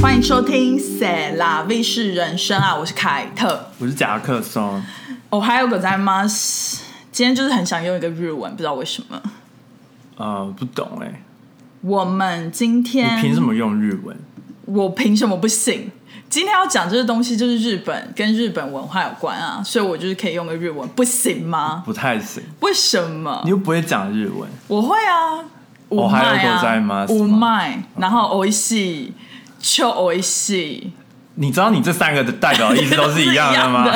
欢迎收听《塞拉卫视人生》啊，我是凯特。我是夹克松，哦，还有个在吗？今天就是很想用一个日文，不知道为什么。呃，不懂哎、我们今天你凭什么用日文？我凭什么不行？今天要讲这个东西就是日本跟日本文化有关啊，所以我就是可以用个日文，不行吗？不太行，为什么你？又不会讲日文，我会啊，五麦哦还有狗在啊吗，五麦，然后おいしい，就おいしい，你知道你这三个的代表意思都是一 样的吗都？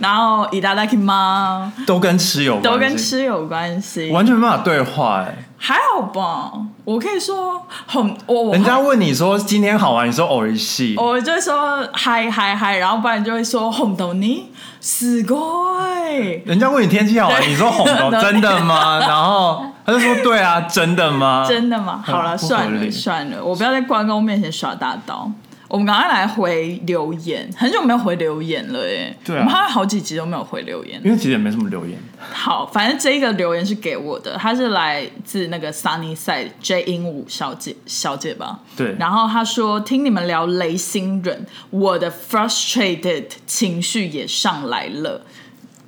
然后いただきます，都跟吃有关系，都跟吃有关系，完全没办法对话哎、还好吧？我可以说很，我我人家问你说今天好玩，你说偶一戏，我就会说嗨嗨嗨，然后不然就会说红豆泥，すご い。人家问你天气好玩，对你说红 对楼真的吗？然后他就说对啊，真的吗？真的吗？很好了，不合算了理算了，我不要在关公面前耍大刀。我们赶快来回留言，很久没有回留言了耶。对啊我们还有好几集都没有回留言。因为其实也没什么留言，好，反正这一个留言是给我的，他是来自那个 Sunny Side J 鹦鹉小姐小姐吧。对然后他说，听你们聊雷星人，我的 frustrated 情绪也上来了，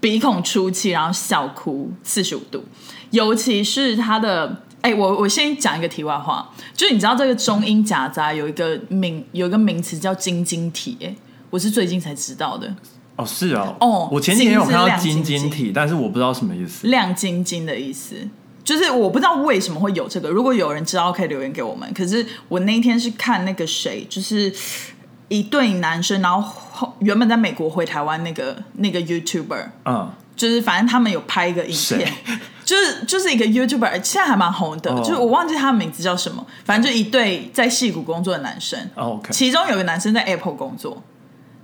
鼻孔出气，然后笑哭四十五度，尤其是他的。哎、我我先讲一个题外话，就是你知道这个中英夹杂有一个名有一个名词叫晶晶体、哎，我是最近才知道的，哦是哦，哦我前几天有看到金是金亮晶晶体，但是我不知道什么意思。亮晶晶的意思，就是我不知道为什么会有这个。如果有人知道，可以留言给我们。可是我那一天是看那个谁，就是一对男生，然后后原本在美国回台湾那个那个 YouTuber，嗯，就是反正他们有拍一个影片谁， 就是就是一个 YouTuber，现在还蛮红的，哦就是我忘记他的名字叫什么，反正就一对在戏谷工作的男生，哦 OK，其中有个男生在 Apple 工作，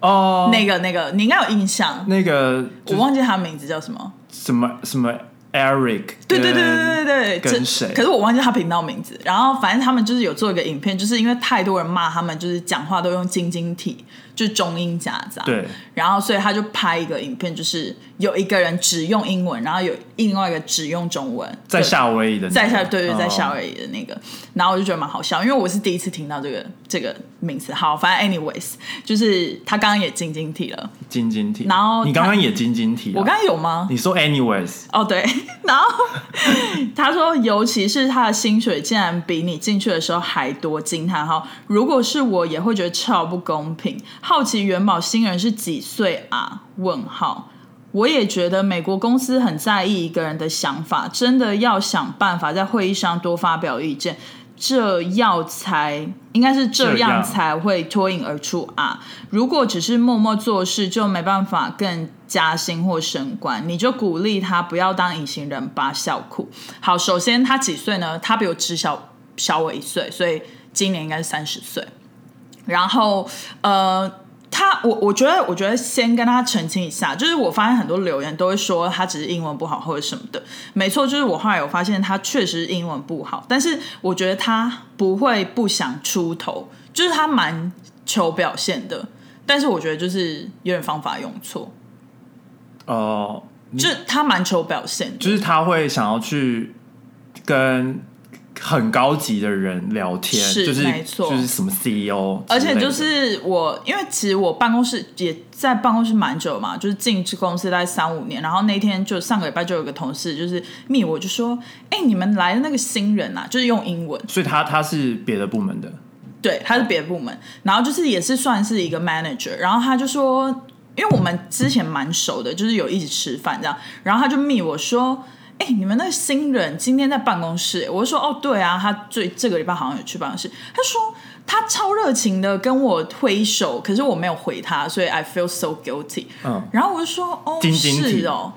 哦，那个那个你应该有印象，那个我忘记他的名字叫什么。什么什么 Eric，嗯对对对对对跟对，跟这谁可是我忘记他频道名字。然后反正他们就是有做一个影片，就是因为太多人骂他们，就是讲话都用晶晶体，就是中英夹杂。。对然后所以他就拍一个影片，就是有一个人只用英文，然后有另外一个只用中文。在对夏威夷的那个，在夏对对，在夏夷，威夷的那个，然后我就觉得蛮好笑，因为我是第一次听到这个这个名字。好，反正 anyways，就是他刚刚也晶晶体了，哦晶晶体。然后你他刚刚也晶晶体啊，我刚刚有吗？你说 anyways，哦，对，然后他说，尤其是他的薪水竟然比你进去的时候还多，惊叹号！如果是我，也会觉得超不公平。好奇元宝新人是几岁啊？问号。我也觉得美国公司很在意一个人的想法，真的要想办法在会议上多发表意见，这要才应该是这这样样才会脱颖而出啊！如果只是默默做事，就没办法更加薪或升官。你就鼓励他不要当隐形人吧，笑哭。好，首先他几岁呢？他比我只小小我一岁，所以今年应该是三十岁。然后呃，他我我觉得我觉得先跟他澄清一下，就是我发现很多留言都会说他只是英文不好或者什么的，没错，就是我后来有发现他确实英文不好，但是我觉得他不会不想出头，就是他蛮求表现的，但是我觉得就是有点方法用错，哦，你就是他蛮求表现的，就是他会想要去跟很高级的人聊天，是就是没错就是什么 CEO，而且就之类的是我，因为其实我办公室也在办公室蛮久嘛，就是进这公司大概三五年。然后那天就上个礼拜就有个同事就是密我，就说：“哎、你们来的那个新人啊，就是用英文，所以他他是别的部门的，对，他是别的部门，然后就是也是算是一个 manager，然后他就说，因为我们之前蛮熟的，就是有一起吃饭这样，然后他就密我说，哎、你们那个新人今天在办公室，我就说，哦，对啊，他最这个礼拜好像有去办公室，他说他超热情的跟我挥手，可是我没有回他，所以 I feel so guilty，嗯，然后我就说，哦，晶晶体是哦。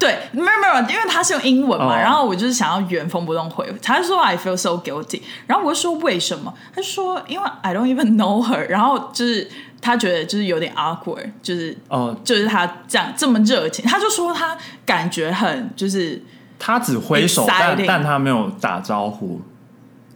对，没有没有，因为他是用英文嘛哦然后我就是想要原封不动回，他就说 I feel so guilty，然后我就说为什么？他说因为 I don't even know her，然后就是他觉得就是有点 awkward，就是哦，就是他这样这么热情，他就说他感觉很就是他只挥手，但 Exciting 但他没有打招呼，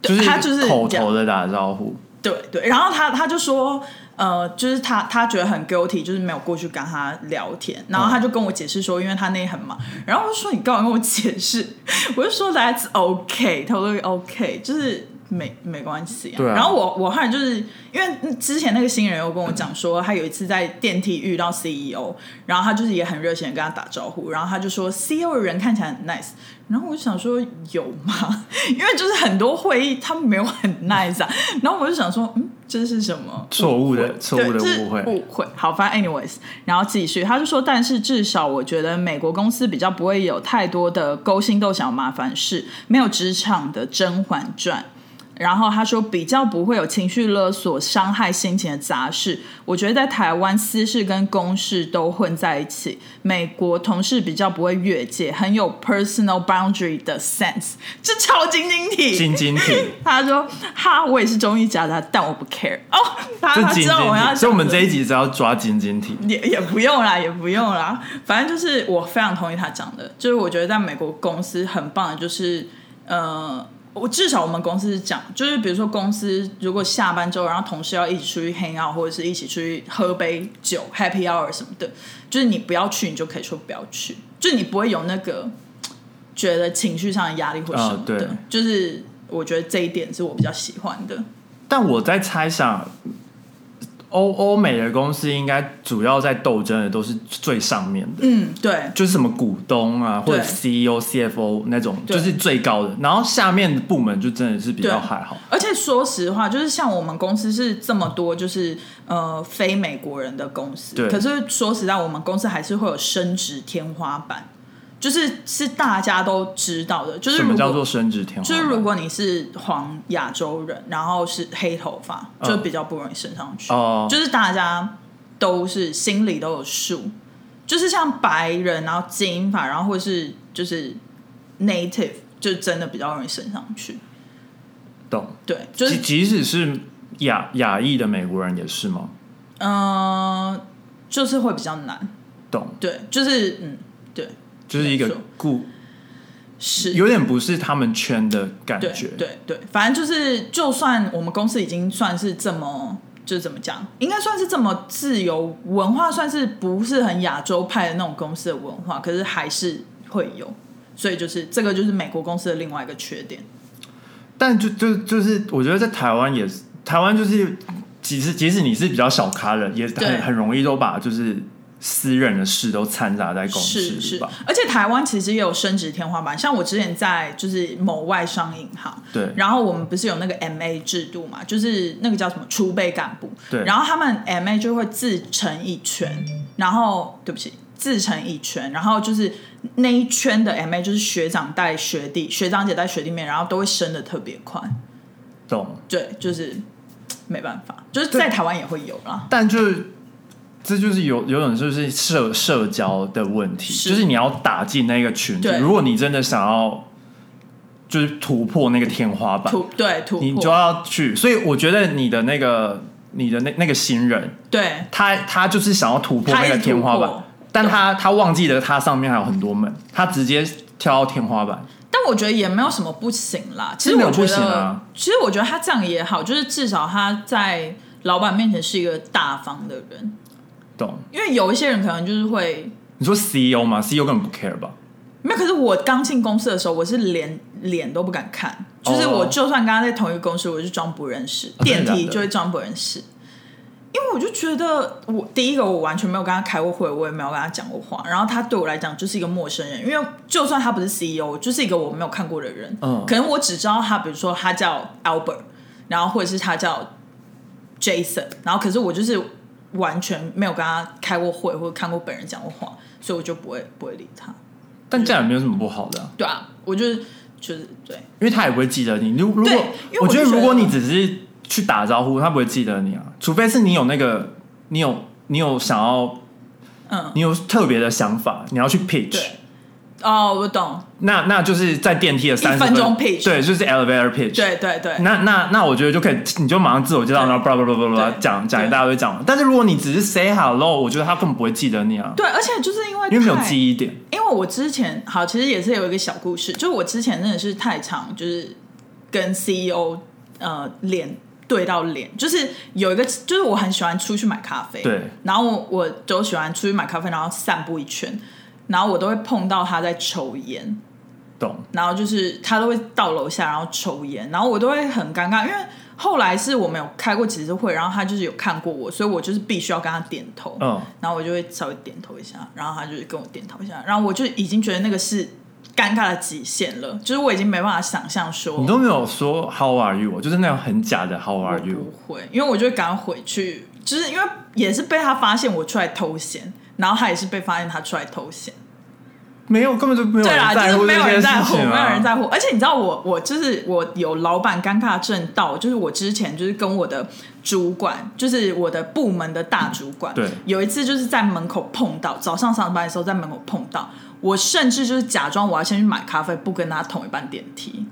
对是他就是口这样头的打招呼，对对，然后他他就说，呃，就是他他觉得很 guilty，就是没有过去跟他聊天，然后他就跟我解释说，因为他那天很忙， 然后我就说你干嘛跟我解释？我就说 That's OK，他说 OK，就是没没关系、啊。对啊然后我我后来就是因为之前那个新人有跟我讲说，他有一次在电梯遇到 CEO，然后他就是也很热情的跟他打招呼，然后他就说 CEO 的人看起来很 nice。然后我就想说有吗？ 因为就是很多会议他们没有很 nice 啊。然后我就想说，嗯，这是什么错误的对错误的这是误会误会。好，反正 anyways，然后继续，他就说，但是至少我觉得美国公司比较不会有太多的勾心斗角、麻烦事，没有职场的《甄嬛传》。然后他说，比较不会有情绪勒索、伤害心情的杂事。我觉得在台湾，私事跟公事都混在一起。美国同事比较不会越界，很有 personal boundary 的 sense，这超晶晶体。晶晶体，他说：“哈，我也是中医夹杂，但我不 care 哦。他”这他晶知晶道我要讲什么，体，所以我们这一集只要抓晶晶体。 也也不用啦，也不用啦，反正就是我非常同意他讲的，就是我觉得在美国公司很棒的就是，呃，我至少我们公司是讲，就是比如说公司如果下班之后，然后同事要一起出去 hang out 或者是一起出去喝杯酒 happy hour 什么的，就是你不要去，你就可以说不要去，就是你不会有那个觉得情绪上的压力或什么啊的，对就是我觉得这一点是我比较喜欢的。但我在猜想，欧欧美的公司应该主要在斗争的都是最上面的，嗯，对，就是什么股东啊，或者对 CEO、CFO 那种，对就是最高的。然后下面的部门就真的是比较对还好。而且说实话，就是像我们公司是这么多，就是呃非美国人的公司，对可是说实在，我们公司还是会有升职天花板，就是是大家都知道的，就是什如么果叫做升职天花就是板？如果你是黄亚洲人，然后是黑头发，嗯就比较不容易升上去。哦就是大家都是心里都有数，就是像白人，然后金发，然后或是就是 native，就真的比较容易升上去。懂，对，就是即即使是亚亚裔的美国人也是吗？嗯，就是会比较难，懂，对，就是嗯，对，就是没一个错故，是，有点不是他们圈的感嗯对觉。对对，反正就是，就算我们公司已经算是这么，就是怎么讲，应该算是这么自由文化，算是不是很亚洲派的那种公司的文化，可是还是会有，所以就是这个就是美国公司的另外一个缺点，但就就就是，我觉得在台湾也是，台湾就是，即使即使你是比较小咖人，也对很很容易都把就是私人的事都掺杂在公司是里是吧。，而且台湾其实也有升值天花板，像我之前在就是某外商银行，对然后我们不是有那个 MA 制度嘛，就是那个叫什么储备干部，对然后他们 MA 就会自成一圈，然后对不起，自成一圈，然后就是那一圈的 MA 就是学长带学弟，学长姐带学弟妹，然后都会升的特别快，懂。对，就是嘖没办法，就是在对台湾也会有啦，但就是这就是有有种就是社社交的问题，是就是你要打进那个群组对，如果你真的想要就是突破那个天花板，突对突你就破，要去。所以我觉得你的那个你的那那个新人，对他他就是想要突破那个天花他一直突板破，但他他忘记了他上面还有很多门，他直接跳到天花板。但我觉得也没有什么不行啦。其是实没有我觉不行得，啊其实我觉得他这样也好，就是至少他在老板面前是一个大方的人。懂？因为有一些人可能就是会你说 CEO 吗？CEO 根本不 care 吧？没有，可是我刚进公司的时候，我是连脸都不敢看，就是哦我就算跟他在同一个公司，我就装不认识，哦真电的假的梯就会装不认识。因为我就觉得我，第一个我完全没有跟他开过会，我也没有跟他讲过话，然后他对我来讲就是一个陌生人，因为就算他不是 CEO，就是一个我没有看过的人，嗯可能我只知道他，比如说他叫 Albert，然后或者是他叫 Jason，然后可是我就是完全没有跟他开过会或者看过本人讲过话，所以我就不会不会理他。但这样也没有什么不好的啊、对啊，我就是就是对，因为他也不会记得你。如如对果因为我我就觉得觉得如果你只是去打招呼，他不会记得你啊，除非是你有那个你有你有想要嗯，你有特别的想法，你要去 pitch 对。哦，我懂，那那就是在电梯的三十分钟 pitch 对，就是 elevator pitch。对对对，那那那我觉得就可以，你就马上自我介绍，对然后 blah blah blah blah blah 对讲讲一对大堆讲。但是如果你只是 say hello，我觉得他根本不会记得你啊，对，而且就是因为因为没有太记忆点。因为我之前好，其实也是有一个小故事，就是我之前真的是太常就是跟 CEO 呃脸对到脸，就是有一个就是我很喜欢出去买咖啡，对，然后我我就喜欢出去买咖啡，然后散步一圈，然后我都会碰到他在抽烟，懂，然后就是他都会到楼下，然后抽烟，然后我都会很尴尬，因为后来是我们有开过几次会，然后他就是有看过我，所以我就是必须要跟他点头，嗯，然后我就会稍微点头一下，然后他就是跟我点头一下，然后我就已经觉得那个是尴尬的极限了，就是我已经没办法想象说你都没有说 How are you，就是那种很假的 How 我 are 不 you，会，因为我就会赶快回去，就是因为也是被他发现我出来偷闲，然后他也是被发现他出来偷闲。没有，根本就没有对啦，人就在是乎没这有件人事在乎，没有情人啊。在乎。而且你知道我，我就是我有老板尴尬症到，就是我之前就是跟我的主管，就是我的部门的大主管，对有一次就是在门口碰到，早上上班的时候在门口碰到，我甚至就是假装我要先去买咖啡，不跟他同一班电梯，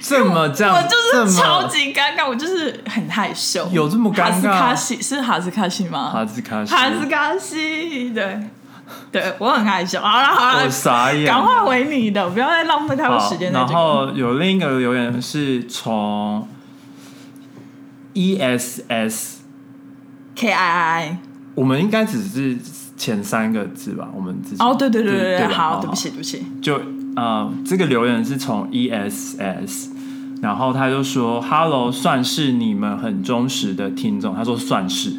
这么这样，我就这是么超级尴尬，我就是很害羞，有这么尴尬哈斯卡西是哈斯卡西吗？哈兹卡西，哈斯卡西，对，对我很害羞。好了好了我，傻眼，赶快回你的，不要再浪费太多好，时间在然这个。后有另一个留言是从 E S S， K I I，我们应该只是前三个字吧？我们自己哦，对对对对对对，吧好，对不起对不起，就呃，这个留言是从 E S S，然后他就说：“Hello，算是你们很忠实的听众。”他说：“算是，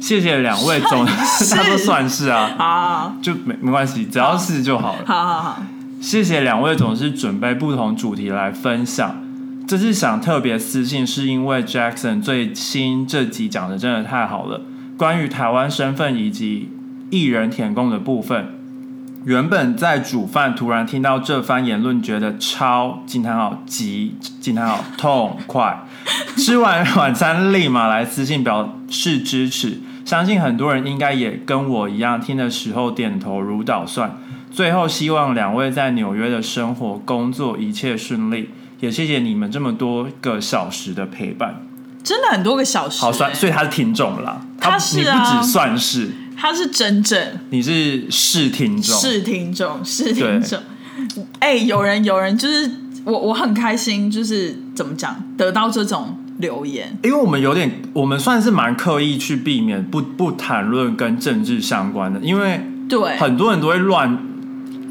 谢谢两位总。”是 他说：“算是啊，好就没没关系，只要是就好了。”好好好，谢谢两位总是准备不同主题来分享。这次想特别私信，是因为 Jackson 最新这集讲的真的太好了，关于台湾身份以及艺人填供的部分。原本在煮饭，突然听到这番言论，觉得超惊叹号急惊叹号痛快。吃完晚餐立马来私信表示支持，相信很多人应该也跟我一样，听的时候点头如捣蒜。最后，希望两位在纽约的生活、工作一切顺利，也谢谢你们这么多个小时的陪伴。真的很多个小时欸，好算，所以他是听众啦，他是啊你不只算是，他是真正你是试听众，是听众，是听众。哎，有人有人，就是我我很开心，就是怎么讲，得到这种留言，因为我们有点，我们算是蛮刻意去避免不不谈论跟政治相关的，因为对很多人都会乱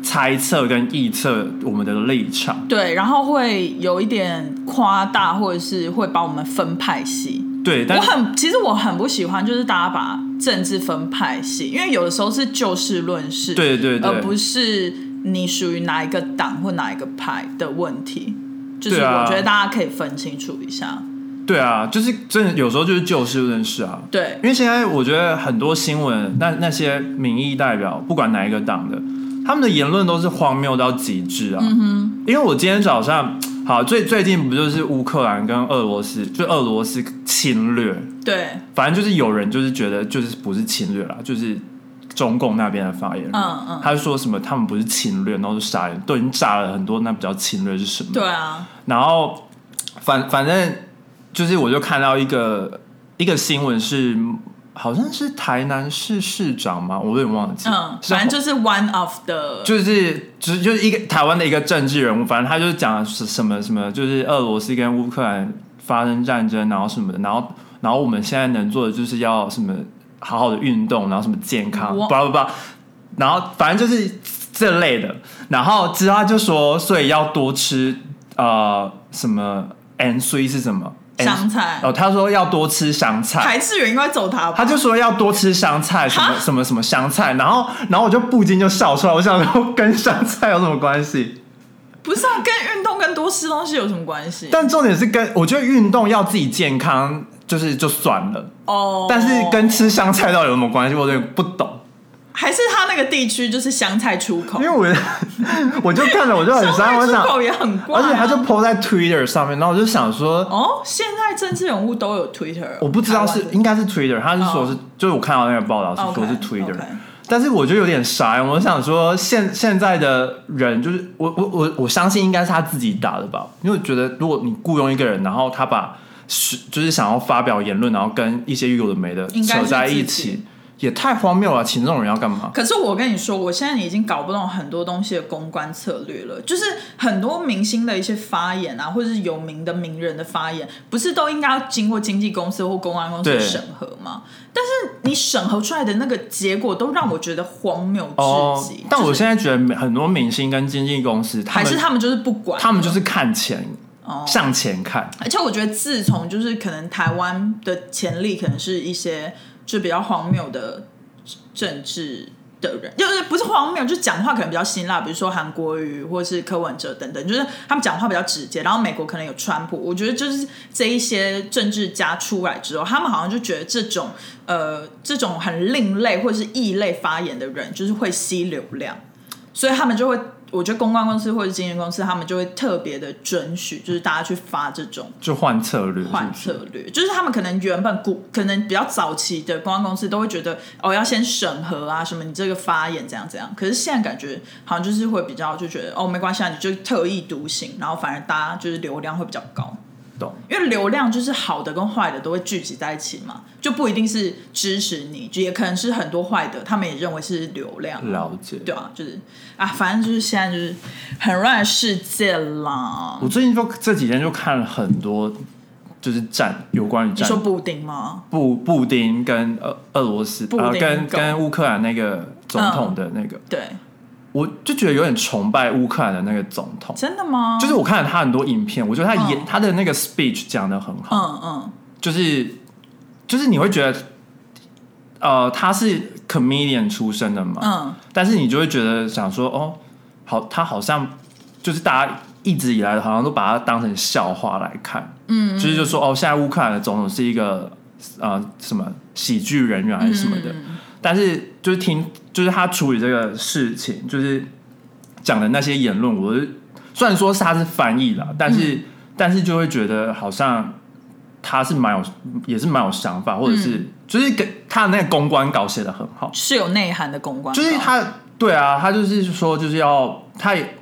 猜测跟臆测我们的立场。对，然后会有一点夸大，或者是会把我们分派系。对，但我是很其实我很不喜欢，就是大家把政治分派系，因为有的时候是就事论事，对对对而呃不是你属于哪一个党或哪一个派的问题。就是对啊我觉得大家可以分清楚一下，对啊，就是真的有时候就是就事论事啊。对因为现在我觉得很多新闻，那那些民意代表，不管哪一个党的，他们的言论都是荒谬到极致啊。嗯、因为我今天早上，好最最近不就是乌克兰跟俄罗斯，就俄罗斯侵略，对，反正就是有人就是觉得就是不是侵略啦，就是中共那边的发言人，嗯嗯，他就说什么他们不是侵略，然后就杀人，都已经炸了很多，那比较侵略是什么？对啊，然后反反正就是我就看到一个一个新闻是，好像是台南市市长嘛，我有点忘记，嗯，是反正就是 one of the，就是就是就是一个台湾的一个政治人物，反正他就是讲什什么什么，就是俄罗斯跟乌克兰发生战争，然后什么的，然后然后我们现在能做的就是要什么好好的运动，然后什么健康，哇不不不，然后反正就是这类的。然后之后他就说，所以要多吃呃什么 N C 是什么香菜哦，他说要多吃香菜，台志远应该走他吧，他就说要多吃香菜，什么哈什么什么香菜，然后然后我就不禁就笑出来，我想说跟香菜有什么关系？不是啊，跟运动跟多吃东西有什么关系？但重点是跟我觉得运动要自己健康，就是就算了，哦，但是跟吃香菜到底有什么关系？我有点不懂，还是他那个地区就是香菜出口因，为我 我就看了我就很香伤，菜我出想，口也很怪啊、而且他就 po 在 Twitter 上面，然后我就想说。哦，现在政治人物都有 Twitter，我不知道是台湾的应该是 Twitter，他是说是就是我看到那个报道是说 OK，是 Twitter， OK 但是我就有点傻眼，我想说现现在的人就是我我我我相信应该是他自己打的吧，因为我觉得如果你雇佣一个人，然后他把是就是想要发表言论，然后跟一些有的没的应该扯是在一自己起，也太荒谬了，请这种人要干嘛？可是我跟你说，我现在已经搞不懂很多东西的公关策略了。就是很多明星的一些发言啊，或者是有名的名人的发言，不是都应该要经过经纪公司或公关公司对审核吗？但是你审核出来的那个结果都让我觉得荒谬哦至极。，但我就是现在觉得很多明星跟经纪公司，他还们是他们就是不管，他们就是看钱，哦向前看。而且我觉得，自从就是可能台湾的潜力，可能是一些就比较荒谬的政治的人，就是不是荒谬，就讲话可能比较辛辣，比如说韩国瑜或是柯文哲等等，就是他们讲话比较直接。然后美国可能有川普，我觉得就是这一些政治家出来之后，他们好像就觉得这种呃这种很另类或是异类发言的人，就是会吸流量。所以他们就会，我觉得公关公司或者经纪公司，他们就会特别的准许，就是大家去发这种就换策略是不是，换策略，就是他们可能原本股可能比较早期的公关公司都会觉得哦要先审核啊什么，你这个发言怎样怎样，可是现在感觉好像就是会比较就觉得哦没关系啊，你就特立独行，然后反而大家就是流量会比较高。懂？因为流量就是好的跟坏的都会聚集在一起嘛，就不一定是支持你，也可能是很多坏的，他们也认为是流量。了解。对啊，就是啊，反正就是现在就是很乱的世界啦。我最近就这几天就看了很多，就是战有关于你战说布丁吗？布布丁跟俄俄罗斯布丁呃跟狗跟乌克兰那个总统的那个，对，我就觉得有点崇拜乌克兰的那个总统。真的吗？就是我看了他很多影片，我觉得他演、嗯他的那个 speech 讲的很好，嗯嗯，就是就是你会觉得，呃，他是 comedian 出身的嘛，嗯，但是你就会觉得想说，哦，好，他好像就是大家一直以来好像都把他当成笑话来看，嗯，就是就说哦，现在乌克兰的总统是一个呃什么喜剧人员还是什么嗯的，但是就是听就是他处理这个事情，就是讲的那些言论，我是虽然说是他是翻译啦，但嗯是、但是就会觉得好像。他是蛮有，也是蛮有想法，或者是、嗯就是给他的那个公关稿写的很好，是有内涵的公关稿，就是他，对啊，他就是说就是要他也，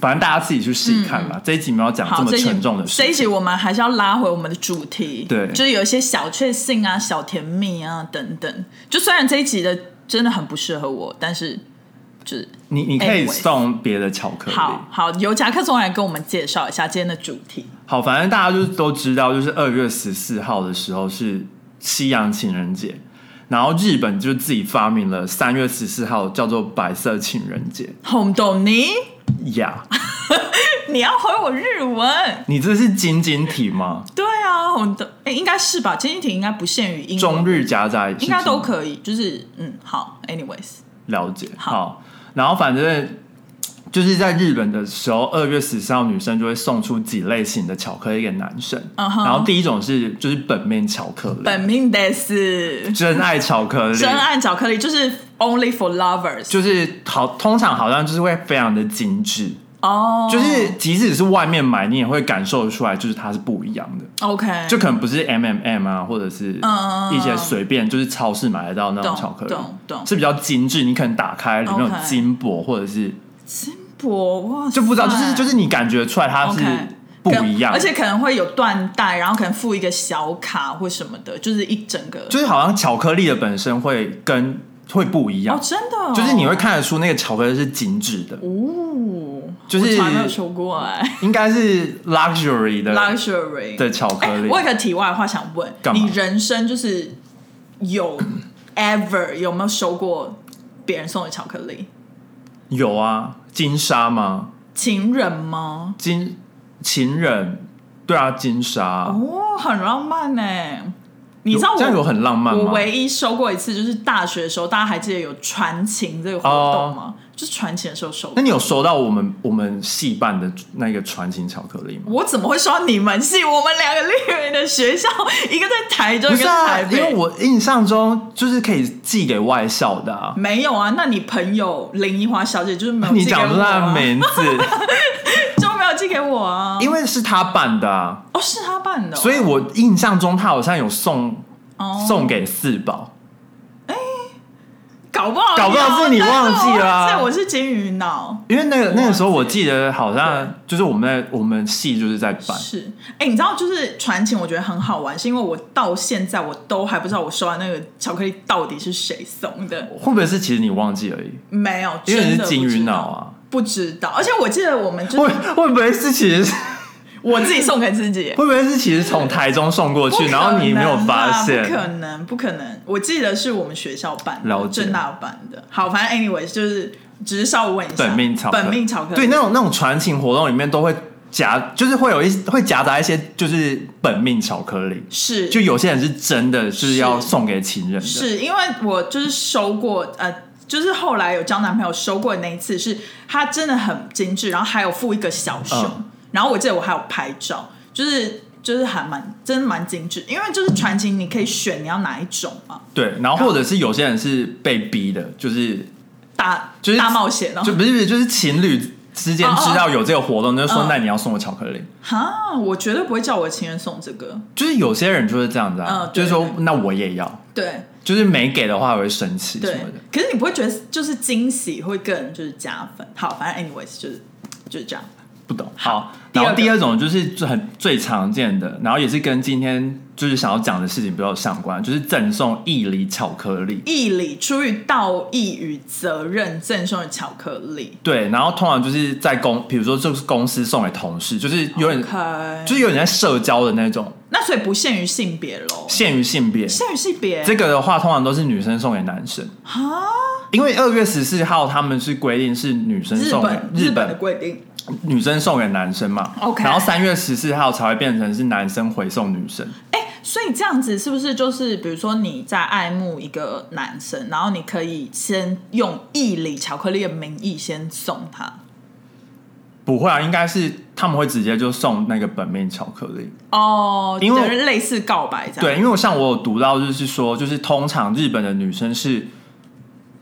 反正大家自己去细看啦。这一集没有讲这嗯好么这一集沉重的事这一情，集我们还是要拉回我们的主题，对就是有一些小确幸啊、小甜蜜啊等等。就虽然这一集的真的很不适合我，但是就是你你可以 Anyways 送别的巧克力。好好由夹克松来跟我们介绍一下今天的主题。好反正大家就是都知道，就是二月十四号的时候是西洋情人节。然后日本就自己发明了三月十四号叫做白色情人节红豆泥，呀你要回我日文。你这是晶晶体吗？对啊，我的哎、应该是吧？金星 体应该不限于英文中日夹杂应该都可。可以，就是嗯，好，anyways，了解。好然后反正就是在日本的时候，二月十四号女生就会送出几类型的巧克力给男生。嗯哼然后第一种是就是本命巧克力，本命 des，真爱巧克力，真爱巧克力就是 only for lovers，就是好，通常好像就是会非常的精致。哦，就是即使是外面买，你也会感受出来，就是它是不一样的。 OK，就可能不是 M M M 啊，或者是嗯一些随便就是超市买得到那种懂巧克力懂，懂是比较精致。你可能打开里面有 OK 金箔或者是金箔哇塞，就不知道，就是就是你感觉出来它是 OK 不一样，可而且可能会有缎带，然后可能附一个小卡或什么的，就是一整个，就是好像巧克力的本身会跟会不一样，哦，真的哦、就是你会看得出那个巧克力是精致的，哦，就是我从来没有说过哎、应该是 luxury 的 luxury 的巧克哎力。我有个题外话想问，干嘛你人生就是 有 ever 有没有收过别人送的巧克力？有啊，金沙吗？情人吗？金情人，对啊，金沙。哦，很浪漫呢、你知道有这样有我很浪漫我吗？唯一收过一次，就是大学的时候，大家还记得有传情这个活动哦吗？就是传情的时候收那。你有收到我们我们系办的那个传情巧克力吗？我怎么会收到你们系？我们两个另外的学校，一个在台中，不一个是在啊，台因北。为我印象中就是可以寄给外校的啊。没有啊，那你朋友林怡华小姐就是没有 你寄给我、讲出她的啊，名字， 就没有寄给我啊。因为是他办的、啊，哦，是他办的哦、所以我印象中他好像有送、哦送给四宝，搞不好搞不好是你有但忘记我了啊忘记我是金鱼脑。因为那个那个时候我记得好对像就是我们在我们系就是在办，是，哎、你知道就是传情，我觉得很好玩，是因为我到现在我都还不知道我收到那个巧克力到底是谁送的，会不会是其实你忘记而已？没有，因为你真是的不金知鱼道脑啊，不知道，而且我记得我们就会是会不会是其实是我自己送给自己 ，会不会是其实从台中送过不去，可然后你没有能发啦不现？可能，不可能。我记得是我们学校办了的，解正大办的。好，反正 anyways 就是只是稍微问一下，本命巧克力本命巧克力，对，那种那种传情活动里面都会夹，就是会有一会夹杂一些就是本命巧克力，是就有些人是真的就是要是送给情人的，是因为我就是收过呃。就是后来有交男朋友收过的那一次是，它真的很精致，然后还有附一个小熊，嗯然后我记得我还有拍照，就是就是还蛮真的蛮精致，因为就是传情你可以选你要哪一种嘛，对，然后或者是有些人是被逼的，就是大就是大冒险哦，就不是不是就是情侣。之间哦哦知道有这个活动，就说嗯那你要送我巧克力。哈，我绝对不会叫我情人送这个，就是有些人就是这样子啊嗯，就是说对那我也要，对就是没给的话我会生气什对么的。，可是你不会觉得就是惊喜会更就是加分，好，反正 anyways 就是就是这样，不懂。好，第二然个后第二种就是最很最常见的，然后也是跟今天就是想要讲的事情比较有相关，就是赠送一礼巧克力。义理出于道义与责任赠送的巧克力对，然后通常就是在公，比如说就是公司送给同事，就是有点，OK，就是有点在社交的那种，那所以不限于性别喽，限于性别。限于性别这个的话，通常都是女生送给男生，啊，因为二月十四号他们是规定是女生日送给本日本的本规定女生送给男生嘛 OK 然后三月十四号才会变成是男生回送女生。所以这样子是不是就是，比如说你在爱慕一个男生，然后你可以先用义理巧克力的名义先送他？不会啊，应该是他们会直接就送那个本命巧克力。哦，因为就是类似告白这样。对，因为我像我有读到，就是说，就是通常日本的女生是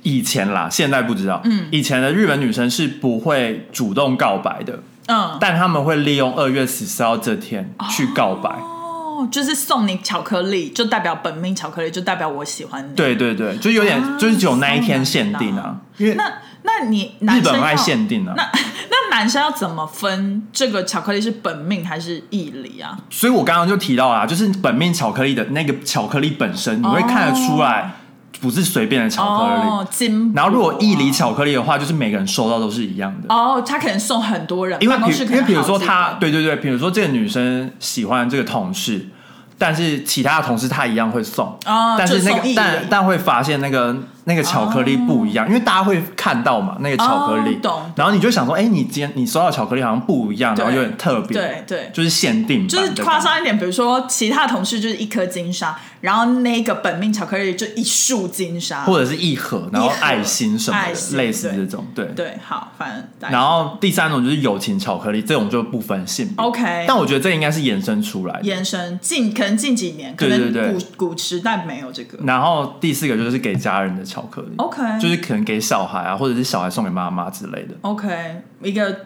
以前啦，现在不知道，嗯，以前的日本女生是不会主动告白的，嗯，但他们会利用二月十四号这天去告白。哦，就是送你巧克力，就代表本命巧克力，就代表我喜欢你。，对对对，就有点、啊就是只有那一天限定啊，因为那那你男日生本爱要限定啊，那那男生要怎么分这个巧克力是本命还是义理啊？所以我刚刚就提到啦，就是本命巧克力的那个巧克力本身，你会看得出来不是随便的巧克力。哦，金箔啊。然后如果一厘巧克力的话，就是每个人收到都是一样的。哦，他可能送很多人，因为办公比室如可因为能比如说好几个他，对对对，比如说这个女生喜欢这个同事，但是其他的同事她一样会送，哦但就是那个送一厘但但会发现那个那个巧克力不一样，因为大家会看到嘛那个巧克力，哦懂然后你就想说，哎，你今天你收到巧克力好像不一样，对然后有点特别，对对就是限定版的就感觉，是夸张一点，比如说其他同事就是一颗金沙，然后那个本命巧克力就一束金沙。或者是一盒，然后一盒爱心什么爱的，心类似对这种，对。对，好，反正大概然后第三种就是友情巧克力，这种就不分性别。 OK，但我觉得这应该是衍生出来的。延伸近可能近几年，可对能古对古时代没有这个。然后第四个就是给家人的巧克力 OK，就是可能给小孩啊，或者是小孩送给妈妈之类的， OK，一个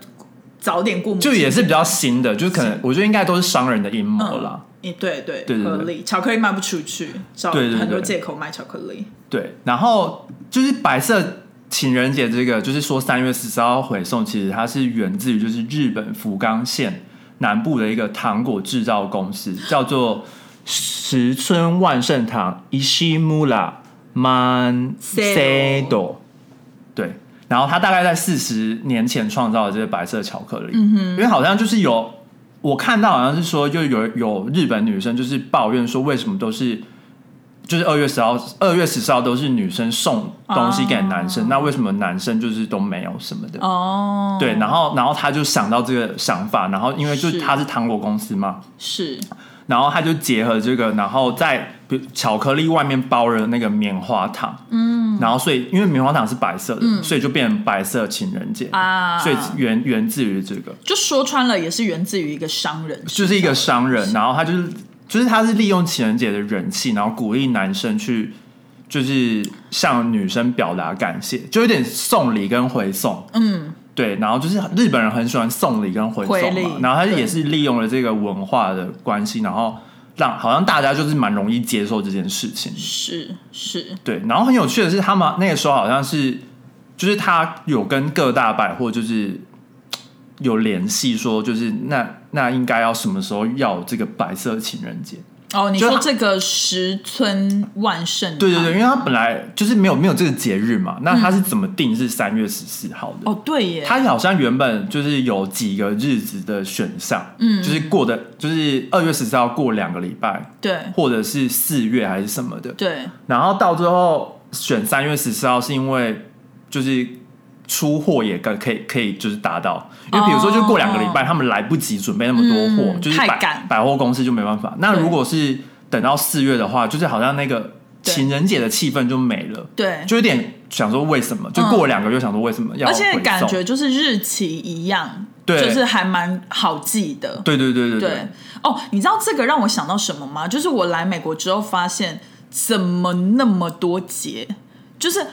早点过母就亲也是比较新的，就是可能我觉得应该都是商人的阴谋啦。嗯，对对对对合理。巧克力卖不出去，找对对对很多借口卖巧克力。对，然后就是白色情人节这个，就是说三月十四号回送，其实它是源自于就是日本福冈县南部的一个糖果制造公司，叫做石村万盛堂 （Ishimura Man Seido Seido）。对，然后他大概在四十年前创造了这个白色巧克力，嗯哼，因为好像就是有我看到好像是说，就有有日本女生就是抱怨说，为什么都是就是二月十号、二月十四号都是女生送东西给男生，那为什么男生就是都没有什么的？哦，对，然后然后他就想到这个想法，然后因为就是是他是糖果公司嘛，是然后他就结合这个，然后在比如巧克力外面包了那个棉花糖，嗯，然后所以因为棉花糖是白色的，所以就变成白色情人节，啊，所以源源自于这个，就说穿了，也是源自于一个商人，就是一个商人，然后他就是就是他是利用情人节的人气，然后鼓励男生去就是向女生表达感谢，就有点送礼跟回送，嗯，对，然后就是日本人很喜欢送礼跟回回送礼嘛，然后他对也是利用了这个文化的关系，然后让好像大家就是蛮容易接受这件事情。是是，对，然后很有趣的是，他们那个时候好像是，就是他有跟各大百货就是有联系，说就是那那应该要什么时候要有这个白色情人节？哦，你就说他这个十村万盛，对对对，因，为他本来就是没有没有这个节日嘛，那他是怎么定是三月十四号的？哦对耶，他好像原本就是有几个日子的选项，嗯，就是过的，就是二月十四号过两个礼拜，对或者是四月还是什么的，对然后到最后选三月十四号，是因为就是出货也可可以可以就是达到，因为比如说就过两个礼拜，他们来不及准备那么多货，哦嗯就是太百赶百货公司就没办法。那对如果是等到四月的话，就是好像那个对情人节的气氛就没了，对，就有点想说为什么？就过了两个月，想说为什么要而回送？且感觉就是日期一样，对就是还蛮好记的。对对对对对，哦，你知道这个让我想到什么吗？就是我来美国之后发现，怎么那么多节？就是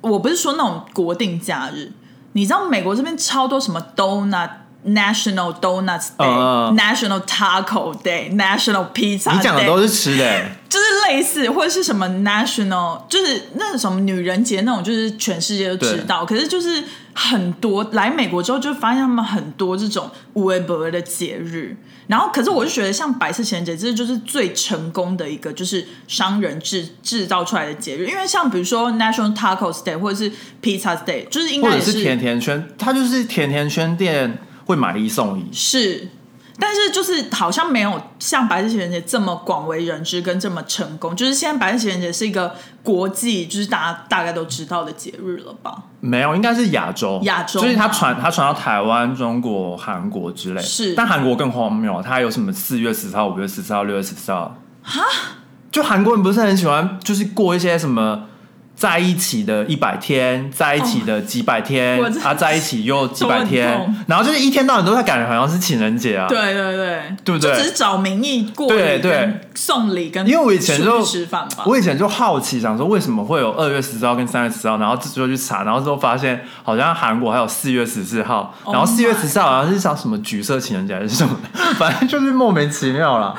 我不是说那种国定假日，你知道美国这边超多什么 donut。National Donuts Day、嗯嗯嗯 National Taco Day、National Pizza Day，你讲的都是吃的、欸，就是类似或者是什么 national，就是那种什么女人节那种，就是全世界都知道。可是就是很多来美国之后，就发现他们很多这种无微不微的节日。然后，可是我就觉得像白色情人节，这就是最成功的一个，就是商人制制造出来的节日。因为像比如说 National Tacos Day 或者是 Pizza Day，就是 应或该也者是甜甜圈，它就是甜甜圈店会买一送一，是，但是就是好像没有像白色情人节这么广为人知跟这么成功。就是现在白色情人节是一个国际，就是大家大概都知道的节日了吧？没有，应该是亚洲，亚洲就是它吗传它传到台湾、中国、韩国之类。是但韩国更荒谬，它有什么四月十四号、五月十四号、六月十四号？就韩国人不是很喜欢，就是过一些什么在一起的一百天，在一起的几百天，哦我真啊，在一起又几百我很天痛，然后就是一天到晚都在感觉好像是情人节啊。，对对对，对不对就只是找名义过对礼对跟送礼跟，因为我以前就吃饭吧。我以前就好奇，想说为什么会有二月十四号跟三月十四号，然后就去查，然后之后发现好像韩国还有四月十四号， Oh 然后四月 my 十四号好像是像什么橘色情人节还是什么 的，反正就是莫名其妙啦，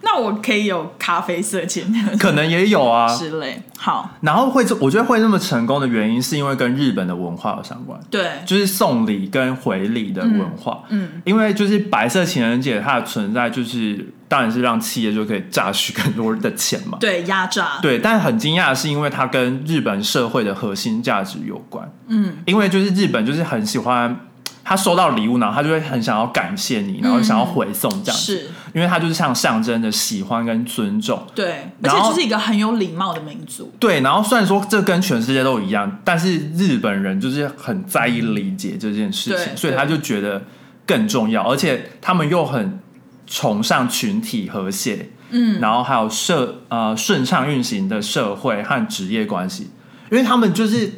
那我可以有咖啡色情人可能也有啊。 之类。好，然后会这，我觉得会那么成功的原因，是因为跟日本的文化有相关，对，就是送礼跟回礼的文化。嗯因为就是白色情人节它的存在，就是当然是让企业就可以榨取更多的钱嘛。对，压榨， 对，但很惊讶的是，因为它跟日本社会的核心价值有关。嗯，因为就是日本就是很喜欢，他收到礼物，然后他就会很想要感谢你，然后想要回送这样子，是，因为它就是像象征着喜欢跟尊重。对，而然且后就是一个很有礼貌的民族。对，然后虽然说这跟全世界都一样，但是日本人就是很在意理解这件事对情，所以对他就觉得更重要，而且他们又很崇尚群体和谐，嗯，然后还有社呃顺畅运行的社会和职业关系，因为他们就是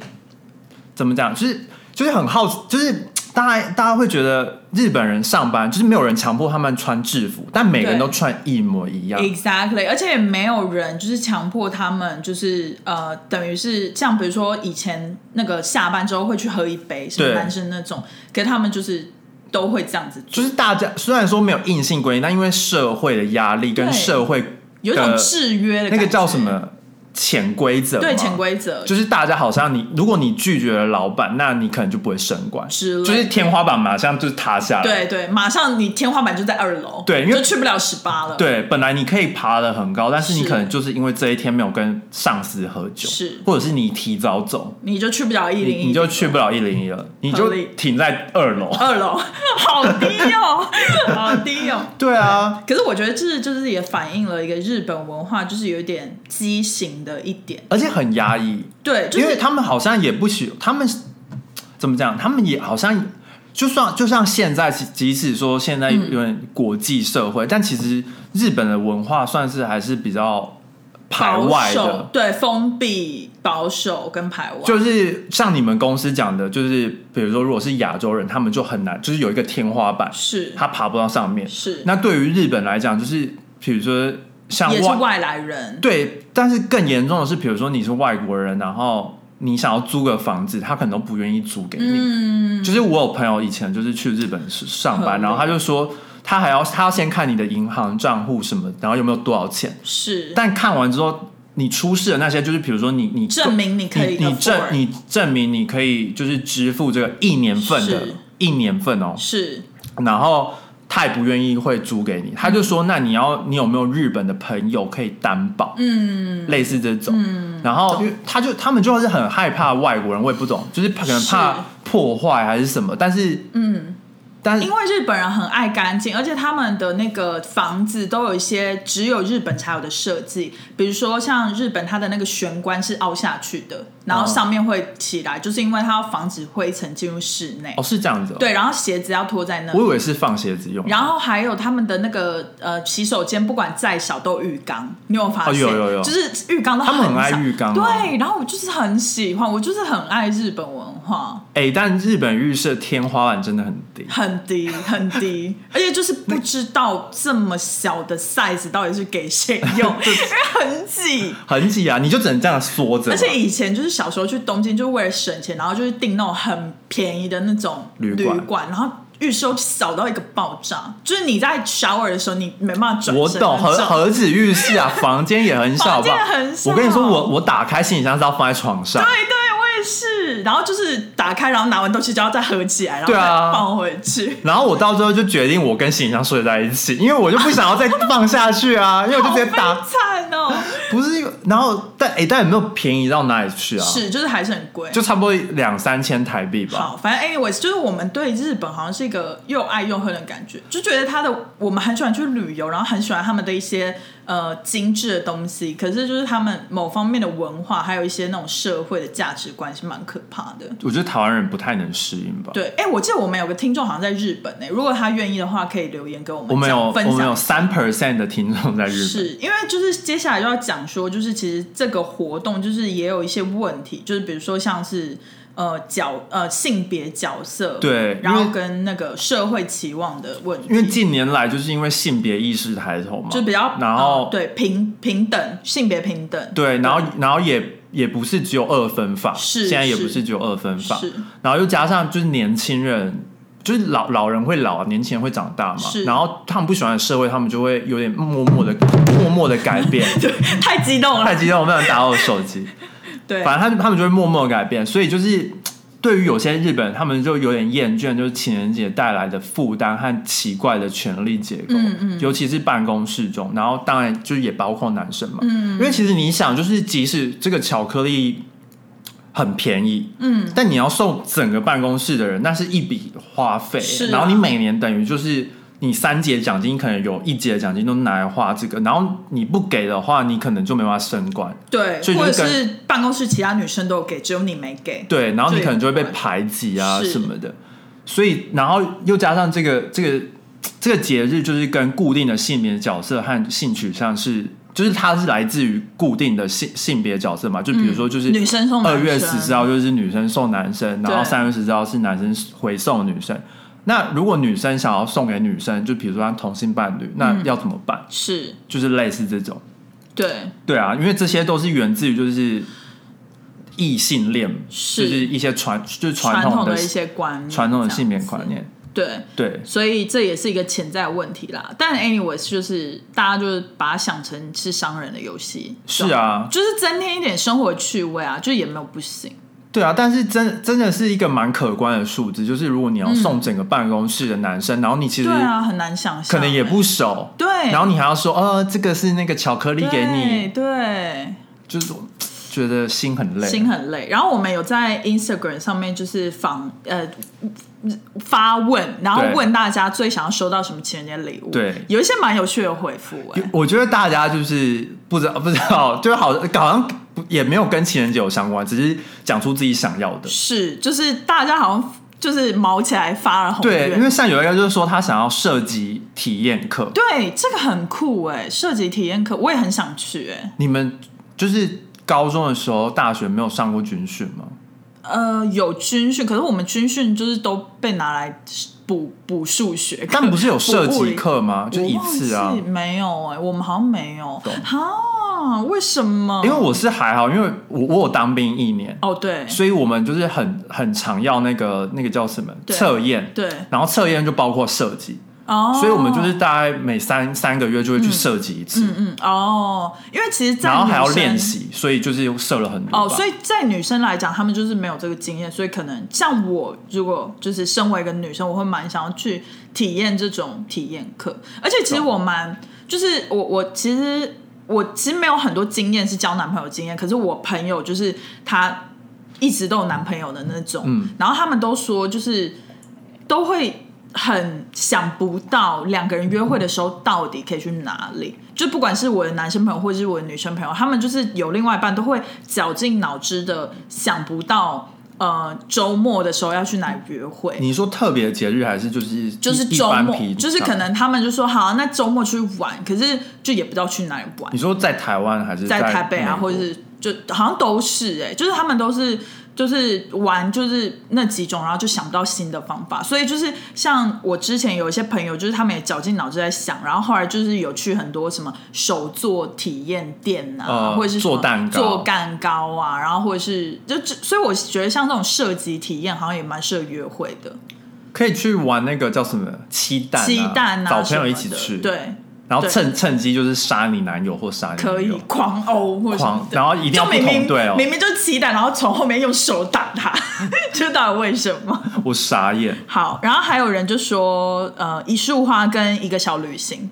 怎么讲，就是就是很好奇，就是。大家大家会觉得日本人上班就是没有人强迫他们穿制服，但每个人对都穿一模一样， Exactly，而且也没有人就是强迫他们，就是呃，等于是像比如说以前那个下班之后会去喝一杯，什么对男生那种，可是他们就是都会这样子做，就是大家虽然说没有硬性规定，但因为社会的压力跟对社会有一种的制约的呃那感觉。个叫什？么潜规则嘛，对，潜规则就是大家好像你，如果你拒绝了老板，那你可能就不会升官，之类就的是天花板马上就是塌下来。对对，马上你天花板就在二楼，对因为就去不了十八了。对，本来你可以爬得很高，但是你是可能就是因为这一天没有跟上司喝酒，是或者是你提早走，你就去不了一你零一，你就去不了一零一了，你就合理停在二楼。二楼， 好低哦， 好低哦。对啊，可是我觉得这就是也反映了一个日本文化，就是有点畸形的一点。而且很压抑，对，就是因为他们好像也不喜，他们怎么讲？他们也好像就算就像现在，即即使说现在有点国际社嗯会，但其实日本的文化算是还是比较排外保的守，，对，封闭、保守跟排外，就是像你们公司讲的，就是比如说如果是亚洲人，他们就很难，就是有一个天花板，是他爬不到上面。是，那对于日本来讲，就是比如说像也是外外来人，对，但是更严重的是，比如说你是外国人，然后你想要租个房子，他可能都不愿意租给你。嗯，就是我有朋友以前就是去日本上合班，理然后他就说，他还要他要先看你的银行账户什么，然后有没有多少钱。是但看完之后，你出示的那些就是，比如说你你证明你可以你你 afford 证你证明你可以就是支付这个一年份的是一年份哦，是然后他也不愿意会租给你，他就说那你要你有没有日本的朋友可以担保，嗯类似这种，然后因为他就他们就是很害怕外国人，我也不懂，就是可能怕是破坏还是什么，但是嗯，但是因为日本人很爱干净，而且他们的那个房子都有一些只有日本才有的设计，比如说像日本它的那个玄关是凹下去的，然后哦上面会起来，就是因为它要防止灰尘进入室内哦。是这样子、哦，，对，然后鞋子要拖在那我里。以为是放鞋子用，然后还有他们的那个呃洗手间，不管再小都有浴缸，你有没有发哦现？有有有就是浴缸都他们很爱小浴缸哦对，然后我就是很喜欢，我就是很爱日本文化，哎、但日本浴室的天花板真的很低，很低很低，而且就是不知道这么小的 size 到底是给谁 用，因为很挤。很挤啊，你就只能这样缩着嘛，而且以前就是小时候去东京，就为了省钱，然后就是订那种很便宜的那种旅馆然后预售少到一个爆炸，就是你在 shower 的时候，你没办法转身我懂，何那种何止浴室啊，房间也很小房间？吧很小我跟你说，我我打开行李箱是要放在床上，对对，我也是。然后就是打开，然后拿完东西就要再合起来，然后对再啊放回去。然后我到最后就决定我跟行李箱睡在一起，因为我就不想要再放下去 啊，因为我就直接好打，惨哦！不是因为，然后但哎、但也没有便宜到哪里去啊，是，就是还是很贵。就差不多两三千台币吧。好，反正 anyways，就是我们对日本好像是一个又爱又恨的感觉，就觉得它的我们很喜欢去旅游，然后很喜欢他们的一些呃精致的东西，可是就是他们某方面的文化，还有一些那种社会的价值观是蛮可怕的。我觉得台湾人不太能适应吧。对，哎、我记得我们有个听众好像在日本呢、哎如果他愿意的话，可以留言给我们我们有讲分我享们有三 percent 的听众在日本，是因为就是接下来就要讲说，就是其实这个活动就是也有一些问题，就是比如说像是呃角呃性别角色，对然因后为跟那个社会期望的问题，因为近年来就是因为性别意识抬头嘛，就比较然后、呃对平平等性别平等，对，然后然后也也不是只有二分法，是现在也是不是只有二分法，是 然后又加上就是年轻人，就是老老人会老，年轻人会长大嘛是，然后他们不喜欢的社会，他们就会有点默默的默默的改变。太激动了，太激动，我不想打我手机。对，反正他们他们就会默默地改变，所以就是对于有些日本人，他们就有点厌倦，就是情人节带来的负担和奇怪的权力结构，嗯嗯尤其是办公室中，然后当然就是也包括男生嘛，嗯，因为其实你想，就是即使这个巧克力很便宜，嗯，但你要送整个办公室的人，那是一笔花费、是啊然后你每年等于就是你三节奖金，可能有一节奖金都拿来花这个，然后你不给的话，你可能就没办法升官。对，所以就或者是跟是办公室其他女生都有给，只有你没给，对，然后你对可能就会被排挤啊是什么的，所以然后又加上这个这个这个节日就是跟固定的性别角色和性取向是，就是它是来自于固定的性性别角色嘛，就比如说就是嗯女生送男二生月十四号就是女生送男生，然对后三月十四号是男生回送女生。那如果女生想要送给女生，就比如说她同性伴侣，嗯那要怎么办？是就是类似这种，对对啊，因为这些都是源自于就是异性恋，是就是一些传就是传传统的的一些观念，传统的这样性别子观念。对。对，所以这也是一个潜在的问题啦。但 anyways，就是大家就是把它想成是商人的游戏，是，啊，就是增添一点生活趣味啊，就也没有不行。对啊，但是真真的是一个蛮可观的数字，就是如果你要送整个办公室的男生，然后你其实嗯对啊，很难想象欸，可能也不熟，对，然后你还要说呃这个是那个巧克力给对你，对，就是我觉得心很累，心很累。然后我们有在 Instagram 上面就是访呃发问，然后对问大家最想要收到什么情人节礼物，对有一些蛮有趣的回复、欸，我觉得大家就是不知道不知道，就是好好像不也没有跟情人节有相关，只是讲出自己想要的。是，就是大家好像就是毛起来发了红对，愿因。为像有一个就是说他想要涉及体验课，对，这个很酷哎、设计体验课我也很想去哎、你们就是高中的时候、大学没有上过军训吗？呃，有军训，可是我们军训就是都被拿来补补数学，但不是有射补物理击，课吗？就一次我啊忘记。没有哎、我们好像没有懂啊？为什么？因为我是还好，因为我我有当兵一年，哦对所以我们就是很很常要那个那个叫什么对测验，对然后测验就包括射击，哦，所以我们就是大概每三三个月就会去设计一次，嗯哦，因为其实在然女后生，还要练习，所以就是设了很多吧。哦，所以在女生来讲，她们就是没有这个经验，所以可能像我，如果就是身为一个女生，我会蛮想要去体验这种体验课。而且其实懂我蛮，就是我我其实我其实没有很多经验是交男朋友经验，可是我朋友就是她一直都有男朋友的那种，嗯然后他们都说就是都会。很想不到两个人约会的时候到底可以去哪里，就不管是我的男生朋友或者是我的女生朋友，他们就是有另外一半都会绞尽脑汁的想不到，呃，周末的时候要去哪里约会，你说特别节日还是就是就是一一周般末平，就是常可能他们就说好，那周末去玩，可是就也不知道去哪里玩你，说在台湾还是在台北美啊，国或者是就好像都是哎、就是他们都是就是玩就是那几种，然后就想不到新的方法，所以就是像我之前有一些朋友，就是他们也绞尽脑汁在想，然后后来就是有去很多什么手做体验店啊，呃或者是什么做蛋糕做蛋糕啊，然后或者是就就所以我觉得像这种射击体验好像也蛮适合约会的，可以去玩那个叫什么鸡蛋、啊，鸡蛋啊，找朋友一起去，，对，然后对趁趁机就是杀你男友或杀你女友可以狂殴或者什么狂，的。然后一定就要不明明同队哦，明明就骑胆，然后从后面用手打他， 就到底为什么？我傻眼。好，然后还有人就说，呃，一束花跟一个小旅行，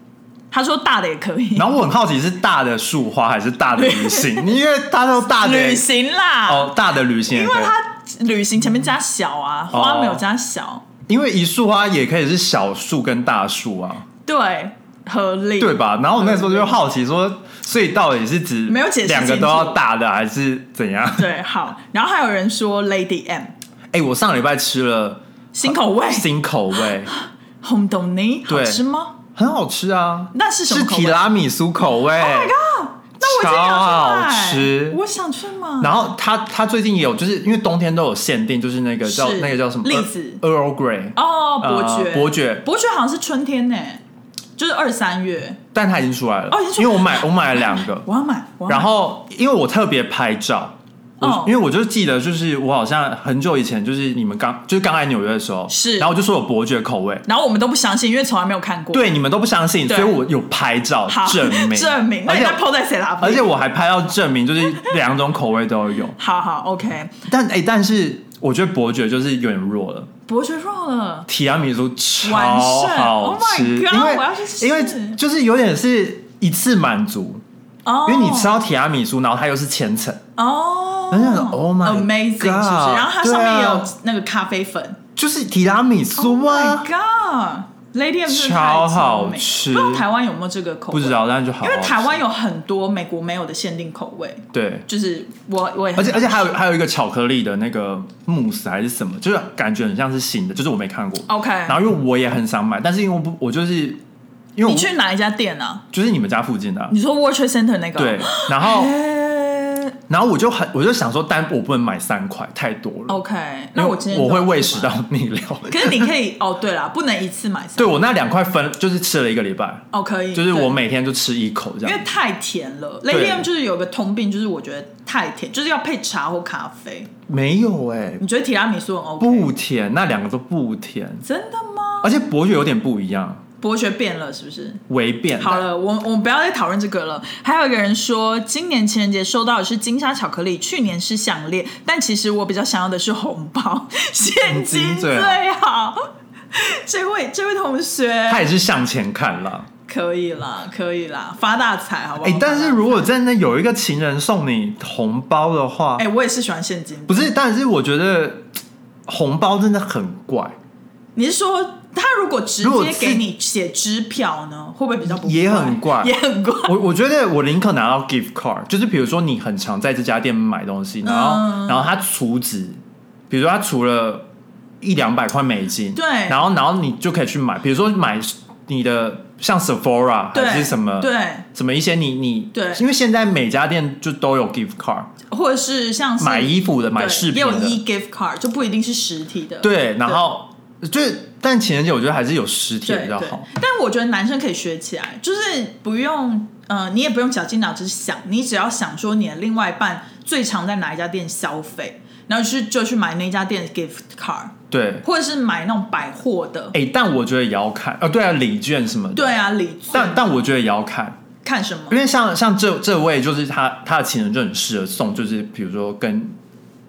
他说大的也可以，然后我很好奇是大的束花还是大的 旅行，因为大家都大的旅行啦，哦，大的旅行也因为可以，他旅行前面加小啊，哦花没有加小，因为一束花也可以是小树跟大树啊，对，合理，对？吧？然后我那时候就好奇说，所以到底是指没有解释两个都要大的还是怎样？对，好，然后还有人说 Lady M 哎，我上礼拜吃了新口味新口味，红豆泥好对吃吗？很好吃 啊，那是什么是口味 Oh 提拉米苏口味。那我已经想超好吃我想去买。然后它它最近也有，就是因为冬天都有限定，就是那个叫是那个叫什么呃栗子 Earl Grey，哦，伯爵，呃伯爵，伯爵好像是春天呢、就是二三月，但它已经出来了，哦已经出来了因为我买我买 了两个，我要买。我要买然后因为我特别拍照，我、哦因为我就记得就是我好像很久以前就是你们刚就是刚来纽约的时候，是然后我就说有伯爵口味，然后我们都不相信，因为从来没有看过。，对你们都不相信，对所以我有拍照好证明证明，那而你且再抛在谁啦？而且我还拍到证明，就是两种口味都有，好好 OK，但哎、但是我觉得伯爵就是有点弱了。伯爵弱了，提拉米苏超完胜好 Oh my 吃， God，因为我要去吃因为就是有点是一次满足，哦，因为你吃到提拉米苏，然后它又是千层，哦，然后就想，Oh my amazing，是不 God，是？然后它上面也对有啊那个咖啡粉。Oh 就是提拉米苏 My 啊， God，Lady M 真的太超好聪明吃不知道台湾有没有这个口味？不知，道，但就好好因吃，为台湾有很多美国没有的限定口味，对。就是我我也很而且而且还有还有一个巧克力的那个慕斯还是什么，就是感觉很像是新的，就是我没看过。 OK，然后因为我也很想买，但是因为我不我就是因为我你去哪一家店啊？就是你们家附近的啊、你说 World Trade Center 那个？哦对，然后诶然后我就很我就想说，但我不能买三块，太多了。 OK，因哦那为我今天我就会要胃去食买。道逆流。可是你可以 哦，对啦，不能一次买三 对我那两块分就是吃了一个礼拜，哦，可以，就是我对。每天就吃一口这因样为。太甜了，Lady M 就是有个通病，就是我觉得太甜，就是要配茶或咖啡。没有哎、你觉得提拉米苏很 OK？，不甜，那两个都不甜，真的吗？而且伯爵有点不一样，博学变了是不是？微变。 好了，我我们不要再讨论这个了。还有一个人说，今年情人节收到的是金沙巧克力，去年是项链，但其实我比较想要的是红包， 现金最好。这位这位同学他也是向前看啦。可以啦，可以啦，发大财好不好？哎、但是如果真的有一个情人送你红包的话，哎、我也是喜欢现金。不是，但是我觉得嘖红包真的很怪，你是说他如果直如果接是给你写支票呢，会不会比较不也很怪 也很怪。我我觉得我宁可拿到 gift card，就是比如说你很常在这家店买东嗯西，然后、然后他储值，比如说他除了一两百块美金，对然后然后你就可以去买，比如说买你的像 Sephora 对还是什么，对，什么一些你你对因为现在每家店就都有 gift card，或者是像是买衣服的、买对饰也品有的， e gift card，就不一定是实体的。对，然后就是但情人节我觉得还是有实体的对比较对好，，但我觉得男生可以学起来，就是不用呃，你也不用绞尽脑汁想，你只要想说你的另外一半最常在哪一家店消费，然后去就去买那家店的 gift card，对，或者是买那种百货的。哎，但我觉得也要看啊，对啊，礼券什么的，对啊，礼券但但我觉得也要看，看什么因？为像像这这位就是他他的情人就很适合送，就是比如说跟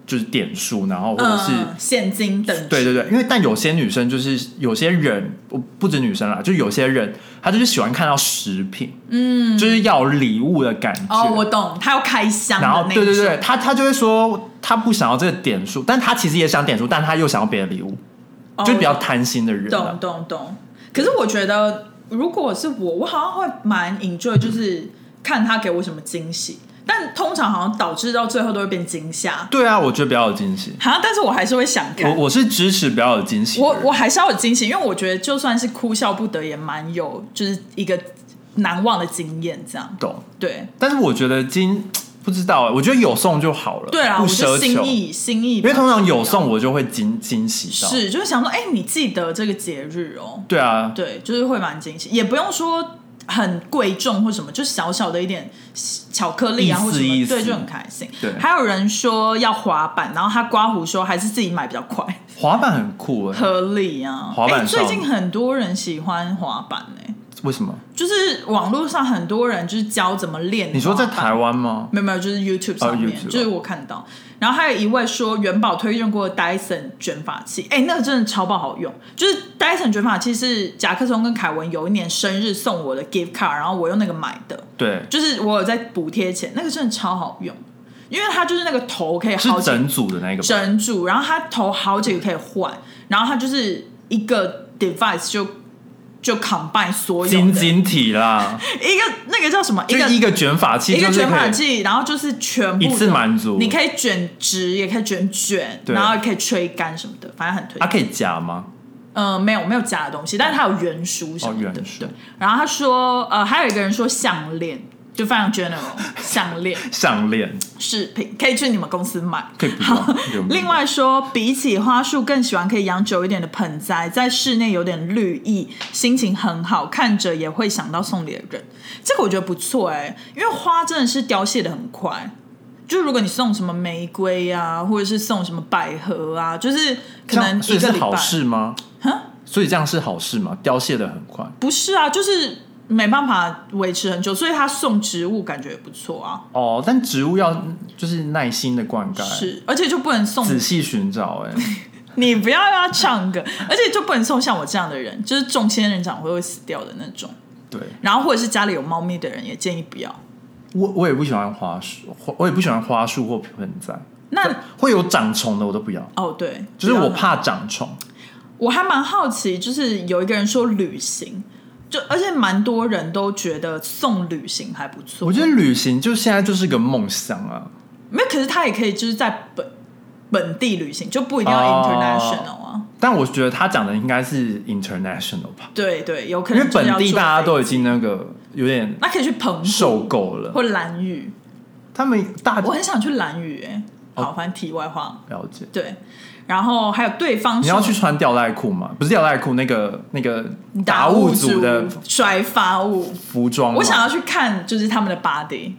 就是点数，然后或者是、嗯、现金等值。对对对，因为但有些女生就是有些人，不不止女生啦，就有些人她就是喜欢看到食品，嗯，就是要有礼物的感觉。哦，我懂，他要开箱的然那后一种。对对对，她她就会说她不想要这个点数，但她其实也想点数，但她又想要别的礼物，哦就比较贪心的人懂啊。懂懂。可是我觉得，如果是我，我好像会蛮 enjoy，就是看他给我什么惊喜。但通常好像导致到最后都会变惊吓，对啊，我觉得比较有惊喜。好像但是我还是会想我看。我是支持比较有惊喜的我人。我还是要有惊喜，因为我觉得就算是哭笑不得，也蛮有就是一个难忘的经验。这样懂，对但是我觉得今不知道、欸，我觉得有送就好了，对啊，不我是奢心求。意心意因吧，为通常有送我就会惊惊喜到，是就是想说，哎、你记得这个节日哦，对啊，对，就是会蛮惊喜，也不用说很贵重或什么，就小小的一点巧克力啊意思或什么，意思对，就很开心。对还有人说要滑板，然后他刮胡说还是自己买比较快，滑板很酷哎、合理啊。 滑板哎少最女近很多人喜欢滑板哎、为什么？就是网络上很多人就是教怎么练滑板。你说在台湾吗？没有没有，就是 YouTube 上面，哦 YouTube 就是我看到。然后还有一位说元宝推荐过的 Dyson 卷发器，哎，那个真的超爆好用。就是 Dyson 卷发器是甲克松跟凯文有一年生日送我的 gift card，然后我用那个买的，对，就是我有在补贴钱，那个真的超好用，因为它就是那个头可以是好几整组的那个吧。整组，然后它头好几个可以换，然后它就是一个 device 就就 combine 所有晶的晶 体啦，一个那个叫什么一就个一个卷发器，一个就是卷可发以器，然后就是全部一次的满足你可以卷直，也可以卷卷，对然后也可以吹干什么的，反正很推荐。它啊可以夹吗？嗯、没有没有假的东西，但是它有原书什么的。哦原书对。然后他说，呃，还有一个人说项链，就非常 general，项链项链饰品可以去你们公司买。可以不用有没有另外说，比起花束，更喜欢可以养久一点的盆栽，在室内有点绿意，心情很好，看着也会想到送礼的人。这个我觉得不错哎、因为花真的是凋谢的很快。就如果你送什么玫瑰啊，或者是送什么百合啊，就是可这能样所一以个是礼拜好事吗？哈所以这样是好事吗？凋谢的很快，不是啊，就是没办法维持很久，所以他送植物感觉也不错啊。哦，但植物要就是耐心的灌溉，是，而且就不能送仔细寻找、 哎，你不要让他唱歌，而且就不能送像我这样的人，就是中仙人掌会会死掉的那种。对然后或者是家里有猫咪的人，也建议不要。我我也不喜欢花束，花我也不喜欢花束或盆栽，那会有长虫的我都不要，哦对，就是不我要怕长虫。我还蛮好奇，就是有一个人说旅行，就而且蛮多人都觉得送旅行还不错。我觉得旅行就现在就是个梦想啊，没有，可是他也可以就是在本本地旅行，就不一定要哦 international 啊。但我觉得他讲的应该是 international 吧，对对，有可因为能就是本要地坐大家飞都已机经那个有点那可以去澎湖受够了，或蓝屿，他们大我很想去蓝屿哎、哦好，反正题外话。了解。对，然后还有对方你要送去穿吊带裤吗？不是吊带裤，那个那个达达悟族族的甩发物，服装吗，我想要去看，就是他们的 body，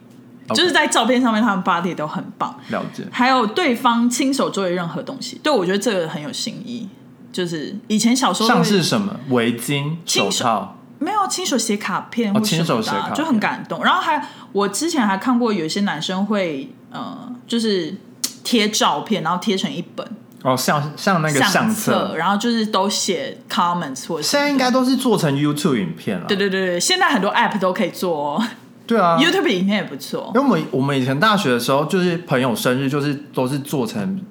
OK 就是在照片上面他们 body 都很棒，了解。还有对方亲手做的任何东西，对我觉得这个很有新意。就是以前小时候像都会是什么围巾、手亲手套，没有亲手写卡片哦或什么的啊、亲手写卡片就很感动。然后还我之前还看过有些男生会呃，就是贴照片，然后贴成一本哦，像像那个相册，册，然后就是都写 comments 或者什现么在的应该都是做成 YouTube 影片了。对对对对，现在很多 app 都可以做、哦。对啊，因 YouTube 影片也不错为，我们我们以前大学的时候，就是朋友生日，就是都是做成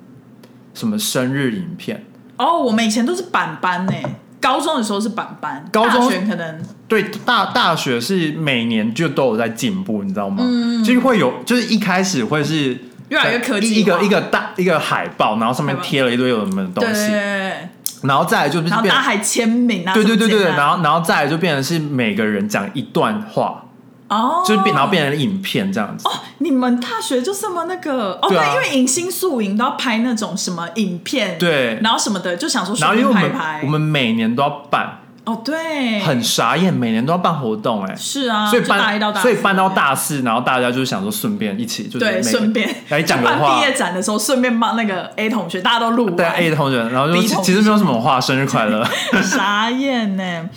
什么生日影片。哦，我们以前都是板班呢、高中的时候是板班，高中大学可能对，大大学是每年就都有在进步，你知道吗？嗯，就是会有，就是一开始会是越来越科技化一个一个大一个海报，然后上面海报贴了一堆有什么东对对对西，对，然后再来就是然后变大家还签名啊，对对对对，什么对简单然后然后再来就变成是每个人讲一段话，哦，就是变然后变成影片这样子。哦，你们大学就这么那个哦，对啊因为迎新宿营都要拍那种什么影片，对然后什么的，就想说然后因为顺我便们拍拍，我们每年都要办，哦，对，很傻眼，每年都要办活动哎、是啊，所以就大一到办，大四，所以办到大四，然后大家就是想说顺便一起，就是每对，个顺便来讲就个办话毕，业展的时候，顺便帮那个 A 同学，大家都录完，对啊 A 同学，然后 B 就同其实没有什么话，生日 快乐，傻眼呢。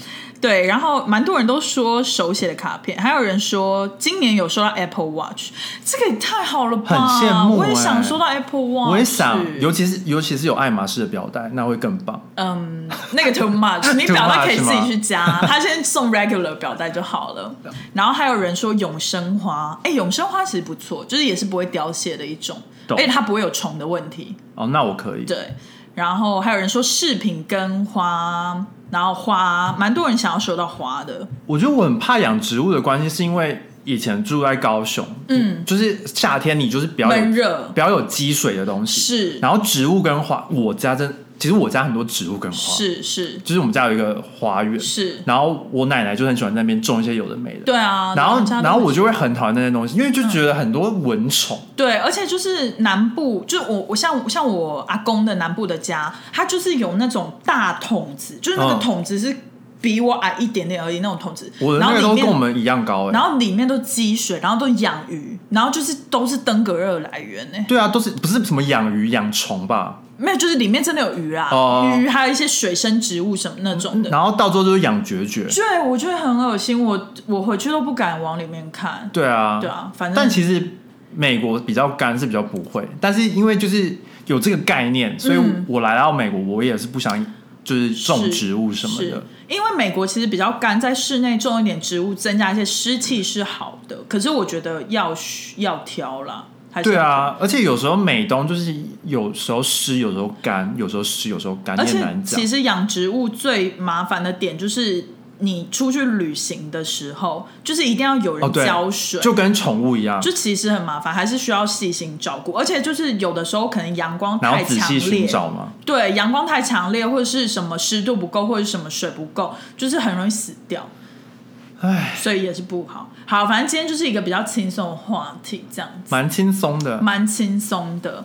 对，然后蛮多人都说手写的卡片，还有人说今年有收到 Apple Watch，这个也太好了吧！很羡慕我也欸想收到 Apple Watch，我也想，尤其是尤其是有爱马仕的表带，那会更棒。嗯，那个 too much，你表带可以 Too 自 much 己去加，他先送 regular 表带就好了。然后还有人说永生花，哎，永生花其实不错，就是也是不会凋谢的一种，而懂且它不会有虫的问题。哦，那我可以。对，然后还有人说饰品跟花，然后花，蛮多人想要收到花的。我觉得我很怕养植物的关系，是因为以前住在高雄，嗯，就是夏天你就是比较闷有热比较有积水的东西，是然后植物跟花，我家真其实我家很多植物跟花，是是就是我们家有一个花园，是，然后我奶奶就很喜欢在那边种一些有的没的，对啊。然后大家都嗯然后会我就会很讨厌那些东西，因为就觉得很多蚊虫，对，而且就是南部，就是我我像像我阿公的南部的家，他就是有那种大桶子，就是那个嗯桶子是比我矮一点点而已那种桶子，我的然那后个里都面跟我们一样高哎、然后里面都积水，然后都养鱼，然后就是都是登革热来源呢、对啊，都是不是什么养鱼养虫吧？没有，就是里面真的有鱼啊，哦嗯鱼还有一些水生植物什么那种的。然后到最后就是养绝绝，对，我觉得很恶心，我我回去都不敢往里面看。对啊，对啊，反正但其实美国比较干是比较不会，但是因为就是有这个概念，所以嗯我来到美国，我也是不想就是种是植物什么是的。因为美国其实比较干，在室内种一点植物，增加一些湿气是好的。可是我觉得要要挑啦，还是对，啊，而且有时候美东就是有时候湿，有时候干，有时候湿，有时候干，而你很且难讲其。实养植物最麻烦的点就是。你出去旅行的时候，就是一定要有哦，人对浇水，，就跟宠物一样，就其实很麻烦，还是需要细心照顾。而且就是有的时候可能阳光然太后仔强细寻烈，找嘛。对，阳光太强烈，或者是什么湿度不够，或者是什么水不够，就是很容易死掉。唉，所以也是不好。好，反正今天就是一个比较轻松的话题，这样子蛮轻松的。蛮轻松的。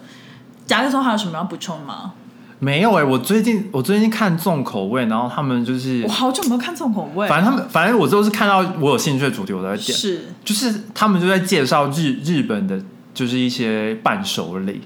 夹克松还有什么要补充吗？没有哎、我最近我最近看重口味，然后他们就是我，好久没有看重口味，反正他们反正我都是看到我有兴趣的主题，我才会点。啊是就是他们就在介绍日日本的，就是一些伴手礼，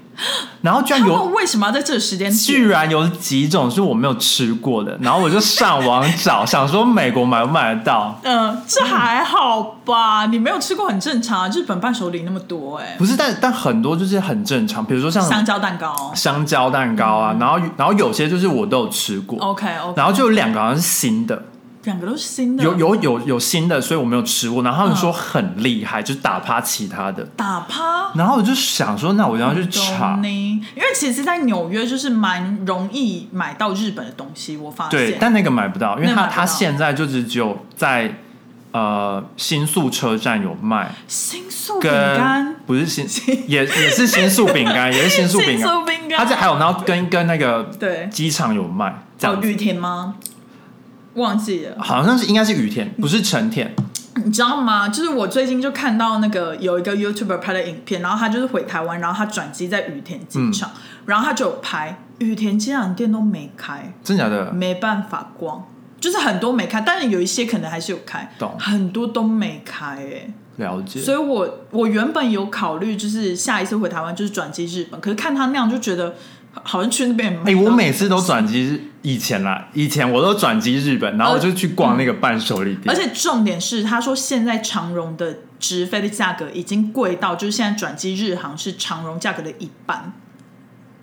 然后居他然有们为什么要在这个时间居去？然有几种是我没有吃过的，然后我就上网 找，想说美国买不买得到？嗯、这还好吧，你没有吃过很正常啊。日本伴手礼那么多、欸，不是，但但很多就是很正常，比如说像香蕉嗯蛋糕香蕉蛋糕啊，然后然后有些就是我都有吃过， ，OK OK，然后就有两个好像是新的，两个都是新的，嗯有有有有新的，所以我没有吃过，然后他们说很厉害，就是打趴其他的，打趴。然后我就想说，那我就要啊去查懂，呢，因为其实，在纽约就是蛮容易买到日本的东西，我发现。对，但那个买不到，因为那它买不到它现在就只只有在呃新宿车站有卖，新宿饼跟干，不是新也也是新宿饼干，也是新宿饼新干，宿饼干，它这还有然后跟跟那个对，哦机场有卖，这叫样子雨田吗？忘记了，好像是应该是雨田，不是成田，你知道吗？就是我最近就看到那个有一个 YouTuber 拍的影片，然后他就是回台湾，然后他转机在羽田机场，嗯然后他就有拍羽田机场店都没开，真假的？没办法逛，就是很多没开，但是有一些可能还是有开，懂很多都没开哎、了解，所以我我原本有考虑，就是下一次回台湾就是转机日本，可是看他那样就觉得好像去那边也买哎、不到我每次都转机日，以前啦，以前我都转机日本，然后我就去逛那个伴手礼店，哦嗯而且重点是，他说现在长荣的直飞的价格已经贵到，就是现在转机日航是长荣价格的一半。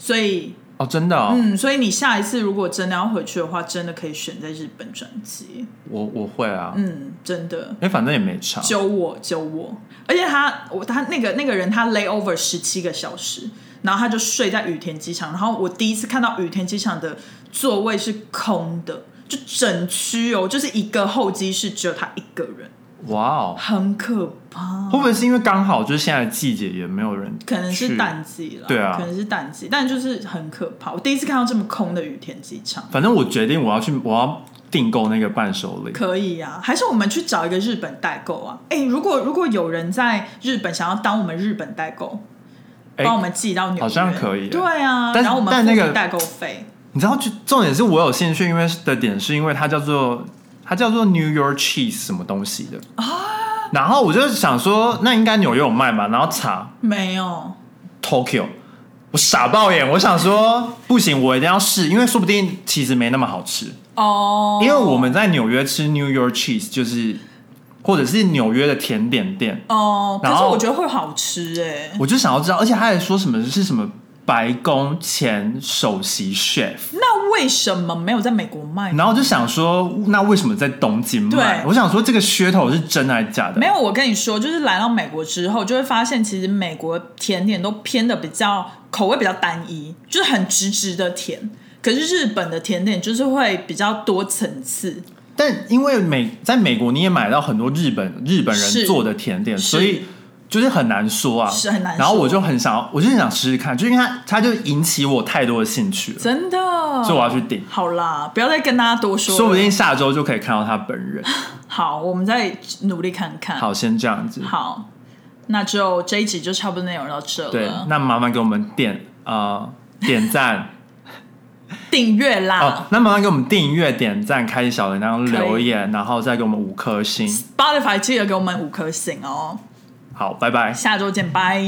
所以，哦，真的、哦，嗯，所以你下一次如果真的要回去的话，真的可以选在日本转机。我我会啊，哎、嗯，真的。反正也没差，揪我揪我，而且他我他那个那个人他 lay over 十七个小时，然后他就睡在羽田机场，然后我第一次看到羽田机场的座位是空的，就整区哦，就是一个候机室只有他一个人，哇哦。很可怕。会不会是因为刚好就是现在的季节也没有人去，可能是淡季了，对啊可能是淡季，但就是很可怕。我第一次看到这么空的羽田机场，反正我决定我要去，我要订购那个伴手礼。可以啊，还是我们去找一个日本代购啊？哎、如果如果有人在日本想要当我们日本代购，哎帮我们寄到纽约，好像可以对啊，但然后我们但那个付代购费，你知道，就重点是我有兴趣，因为的点是因为它叫做它叫做 New York Cheese 什么东西的然后我就想说，那应该纽约有卖吧？然后查没有， Tokyo，我傻爆眼，我想说不行，我一定要试，因为说不定其实没那么好吃。哦，因为我们在纽约吃 New York cheese，就是或者是纽约的甜点店，哦，可然是后我觉得会好吃哎、我就想要知道，而且他还说什么是什么白宫前首席 chef，那为什么没有在美国卖？然后我就想说，那为什么在东京卖？对我想说这个噱头是真的还是假的？没有，我跟你说，就是来到美国之后，就会发现其实美国甜点都偏的比较口味比较单一，就是很直直的甜。可是日本的甜点就是会比较多层次，但因为美在美国你也买到很多日本日本是人做的甜点，是所以就是很难说啊，是很难说然后我就很想，我就很想试试看，就因为它它就引起我太多的兴趣了，真的。哦所以我要去订，好啦，不要再跟大家多说了。说不定下周就可以看到他本 人。好，我们再努力看看。好，先这样子。好，那就这一集就差不多内容到这对了，。那麻烦给我们点啊、呃 点赞订阅啦、哦，那麻烦给我们订阅、点赞、开启小铃铛、以留言，然后再给我们五颗星。 s p o t i f y 记得给我们五颗星哦。好，拜拜。下周见，拜。